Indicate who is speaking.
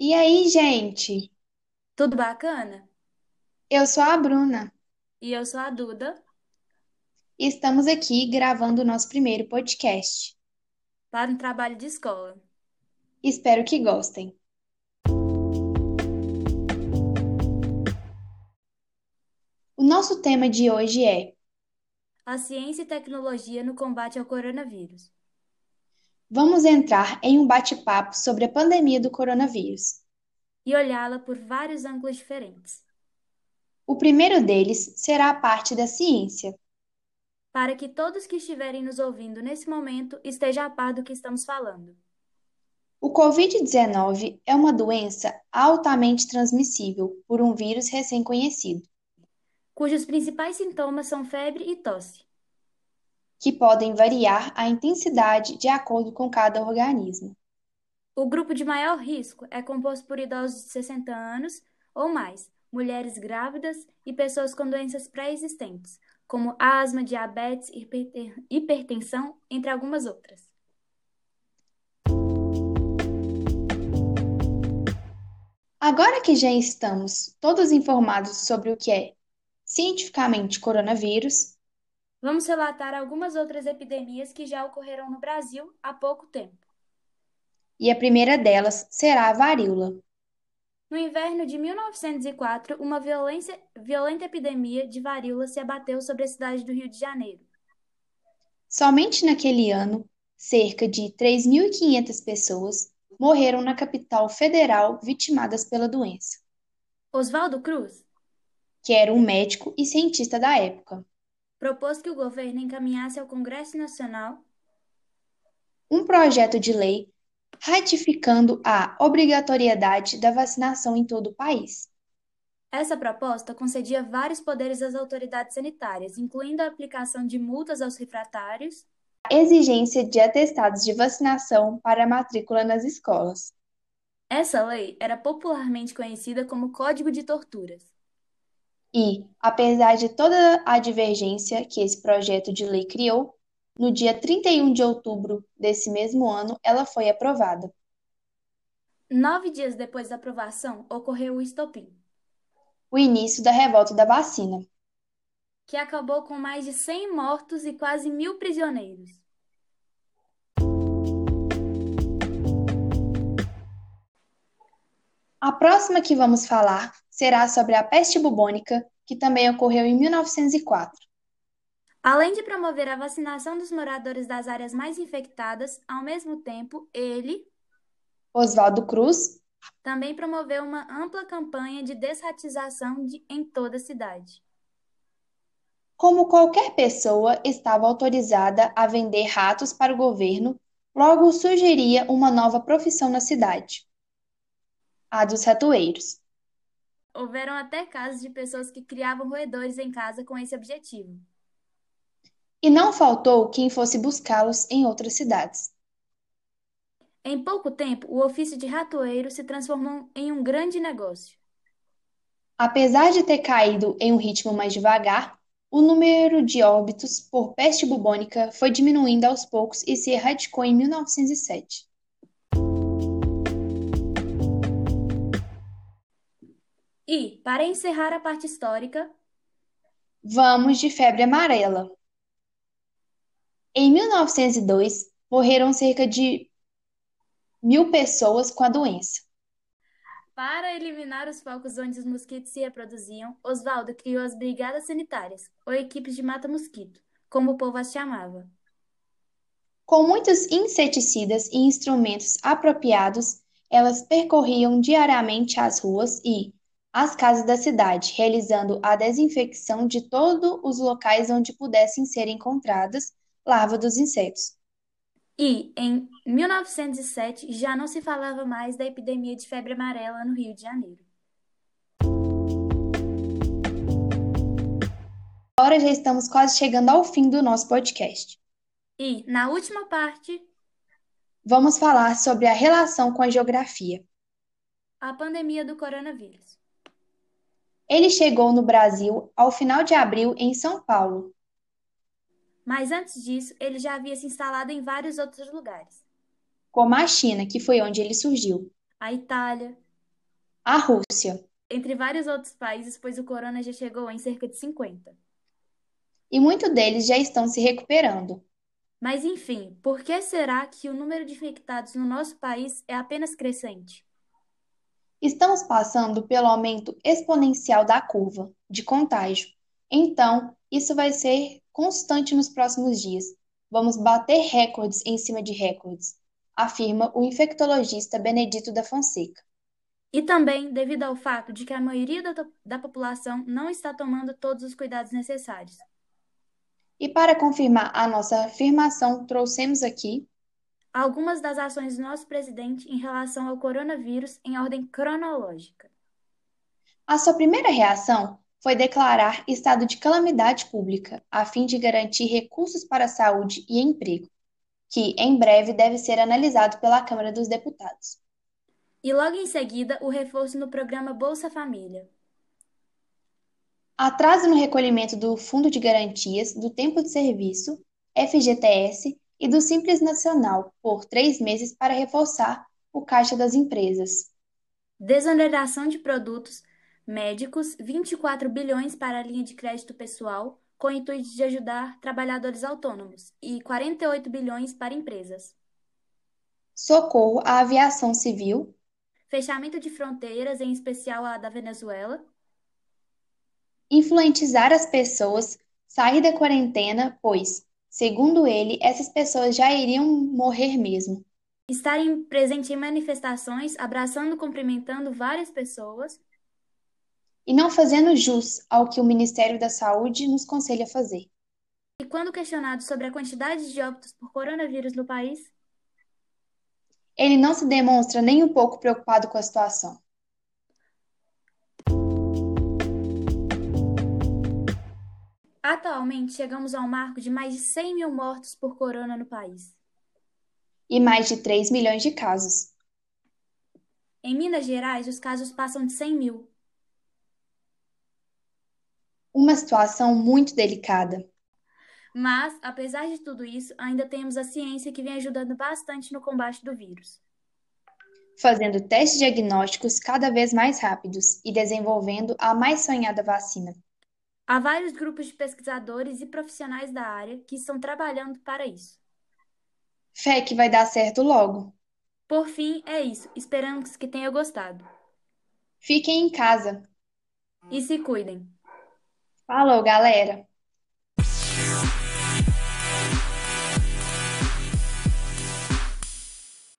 Speaker 1: Oi, gente.
Speaker 2: Tudo bacana?
Speaker 1: Eu sou a Bruna
Speaker 2: E eu sou a Duda.
Speaker 1: e estamos aqui gravando o nosso primeiro podcast.
Speaker 2: para um trabalho de escola.
Speaker 1: Espero que gostem. O nosso tema de hoje é:
Speaker 2: A ciência e tecnologia no combate ao coronavírus.
Speaker 1: vamos entrar em um bate-papo sobre a pandemia do coronavírus.
Speaker 2: E olhá-la por vários ângulos diferentes,
Speaker 1: O primeiro deles será a parte da ciência.
Speaker 2: para que todos que estiverem nos ouvindo nesse momento estejam a par do que estamos falando.
Speaker 1: O Covid-19 é uma doença altamente transmissível por um vírus recém-conhecido,
Speaker 2: Cujos principais sintomas são febre e tosse.
Speaker 1: que podem variar a intensidade de acordo com cada organismo.
Speaker 2: O grupo de maior risco é composto por idosos de 60 anos ou mais, mulheres grávidas e pessoas com doenças pré-existentes, como asma, diabetes, hiperten- hipertensão, entre algumas outras.
Speaker 1: Agora que já estamos todos informados sobre o que é cientificamente coronavírus,
Speaker 2: Vamos relatar algumas outras epidemias que já ocorreram no Brasil há pouco tempo.
Speaker 1: e a primeira delas será a varíola.
Speaker 2: No inverno de 1904, uma violência- violenta epidemia de varíola se abateu sobre a cidade do Rio de Janeiro.
Speaker 1: Somente naquele ano, cerca de 3.500 pessoas morreram na capital federal vitimadas pela doença,
Speaker 2: Oswaldo Cruz
Speaker 1: que era um médico e cientista da época,
Speaker 2: propôs que o governo encaminhasse ao Congresso Nacional
Speaker 1: um projeto de lei ratificando a obrigatoriedade da vacinação em todo o país.
Speaker 2: Essa proposta concedia vários poderes às autoridades sanitárias, incluindo a aplicação de multas aos refratários,
Speaker 1: A exigência de atestados de vacinação para a matrícula nas escolas.
Speaker 2: essa lei era popularmente conhecida como Código de Torturas.
Speaker 1: E, apesar de toda a divergência que esse projeto de lei criou, no dia 31 de outubro desse mesmo ano ela foi aprovada.
Speaker 2: Nove dias depois da aprovação, ocorreu o estopim,
Speaker 1: O início da revolta da vacina,
Speaker 2: que acabou com mais de 100 mortos e quase mil prisioneiros.
Speaker 1: A próxima que vamos falar será sobre a peste bubônica, que também ocorreu em 1904.
Speaker 2: Além de promover a vacinação dos moradores das áreas mais infectadas, ao mesmo tempo, ele
Speaker 1: Oswaldo Cruz,
Speaker 2: também promoveu uma ampla campanha de desratização de- em toda a cidade.
Speaker 1: como qualquer pessoa, estava autorizada a vender ratos para o governo, logo sugeria uma nova profissão na cidade, a dos ratoeiros.
Speaker 2: Houveram até casos de pessoas que criavam roedores em casa com esse objetivo.
Speaker 1: E não faltou quem fosse buscá-los em outras cidades.
Speaker 2: Em pouco tempo, o ofício de ratoeiro se transformou em um grande negócio.
Speaker 1: Apesar de ter caído em um ritmo mais devagar, o número de óbitos por peste bubônica foi diminuindo aos poucos e se erradicou em 1907.
Speaker 2: E, para encerrar a parte histórica,
Speaker 1: Vamos de febre amarela. Em 1902, morreram cerca de mil pessoas com a doença.
Speaker 2: para eliminar os focos onde os mosquitos se reproduziam, Oswaldo criou as brigadas sanitárias, ou equipes de mata-mosquito, como o povo as chamava.
Speaker 1: Com muitos inseticidas e instrumentos apropriados, elas percorriam diariamente as ruas e as casas da cidade, realizando a desinfecção de todos os locais onde pudessem ser encontradas larvas dos insetos.
Speaker 2: E, em 1907, já não se falava mais da epidemia de febre amarela no Rio de Janeiro.
Speaker 1: Agora já estamos quase chegando ao fim do nosso podcast.
Speaker 2: E, na última parte,
Speaker 1: Vamos falar sobre a relação com a geografia.
Speaker 2: a pandemia do coronavírus.
Speaker 1: Ele chegou no Brasil ao final de abril em São Paulo.
Speaker 2: Mas antes disso, ele já havia se instalado em vários outros lugares.
Speaker 1: como a China, que foi onde ele surgiu.
Speaker 2: A Itália,
Speaker 1: A Rússia.
Speaker 2: entre vários outros países, pois o corona já chegou em cerca de 50.
Speaker 1: E muitos deles já estão se recuperando.
Speaker 2: Mas enfim, por que será que o número de infectados no nosso país é apenas crescente?
Speaker 1: Estamos passando pelo aumento exponencial da curva de contágio. Então, isso vai ser constante nos próximos dias. Vamos bater recordes em cima de recordes, afirma o infectologista Benedito da Fonseca.
Speaker 2: E também devido ao fato de que a maioria da, to- da população não está tomando todos os cuidados necessários.
Speaker 1: E para confirmar a nossa afirmação, trouxemos aqui
Speaker 2: Algumas das ações do nosso presidente em relação ao coronavírus em ordem cronológica.
Speaker 1: A sua primeira reação foi declarar estado de calamidade pública, a fim de garantir recursos para a saúde e emprego, que em breve deve ser analisado pela Câmara dos Deputados.
Speaker 2: E logo em seguida, o reforço no programa Bolsa Família.
Speaker 1: Atraso no recolhimento do Fundo de Garantias, do Tempo de Serviço, FGTS e do Simples Nacional por três meses para reforçar o caixa das empresas.
Speaker 2: Desoneração de produtos médicos, 24 bilhões para a linha de crédito pessoal, com o intuito de ajudar trabalhadores autônomos, e 48 bilhões para empresas.
Speaker 1: Socorro à aviação civil,
Speaker 2: Fechamento de fronteiras, em especial a da Venezuela.
Speaker 1: influentizar as pessoas sair da quarentena, pois, segundo ele, essas pessoas já iriam morrer mesmo.
Speaker 2: Estarem presente em manifestações, abraçando, cumprimentando várias pessoas.
Speaker 1: E não fazendo jus ao que o Ministério da Saúde nos conselha fazer.
Speaker 2: E quando questionado sobre a quantidade de óbitos por coronavírus no país,
Speaker 1: Ele não se demonstra nem um pouco preocupado com a situação.
Speaker 2: atualmente chegamos ao marco de mais de 100 mil mortos por corona no país.
Speaker 1: E mais de 3 milhões de casos.
Speaker 2: Em Minas Gerais, os casos passam de 100 mil.
Speaker 1: Uma situação muito delicada.
Speaker 2: Mas, apesar de tudo isso, ainda temos a ciência que vem ajudando bastante no combate do vírus.
Speaker 1: Fazendo testes diagnósticos cada vez mais rápidos e desenvolvendo a mais sonhada vacina.
Speaker 2: Há vários grupos de pesquisadores e profissionais da área que estão trabalhando para isso.
Speaker 1: Fé que vai dar certo logo.
Speaker 2: Por fim, é isso. Esperamos que tenha gostado.
Speaker 1: Fiquem em casa.
Speaker 2: E se cuidem.
Speaker 1: Falou, galera!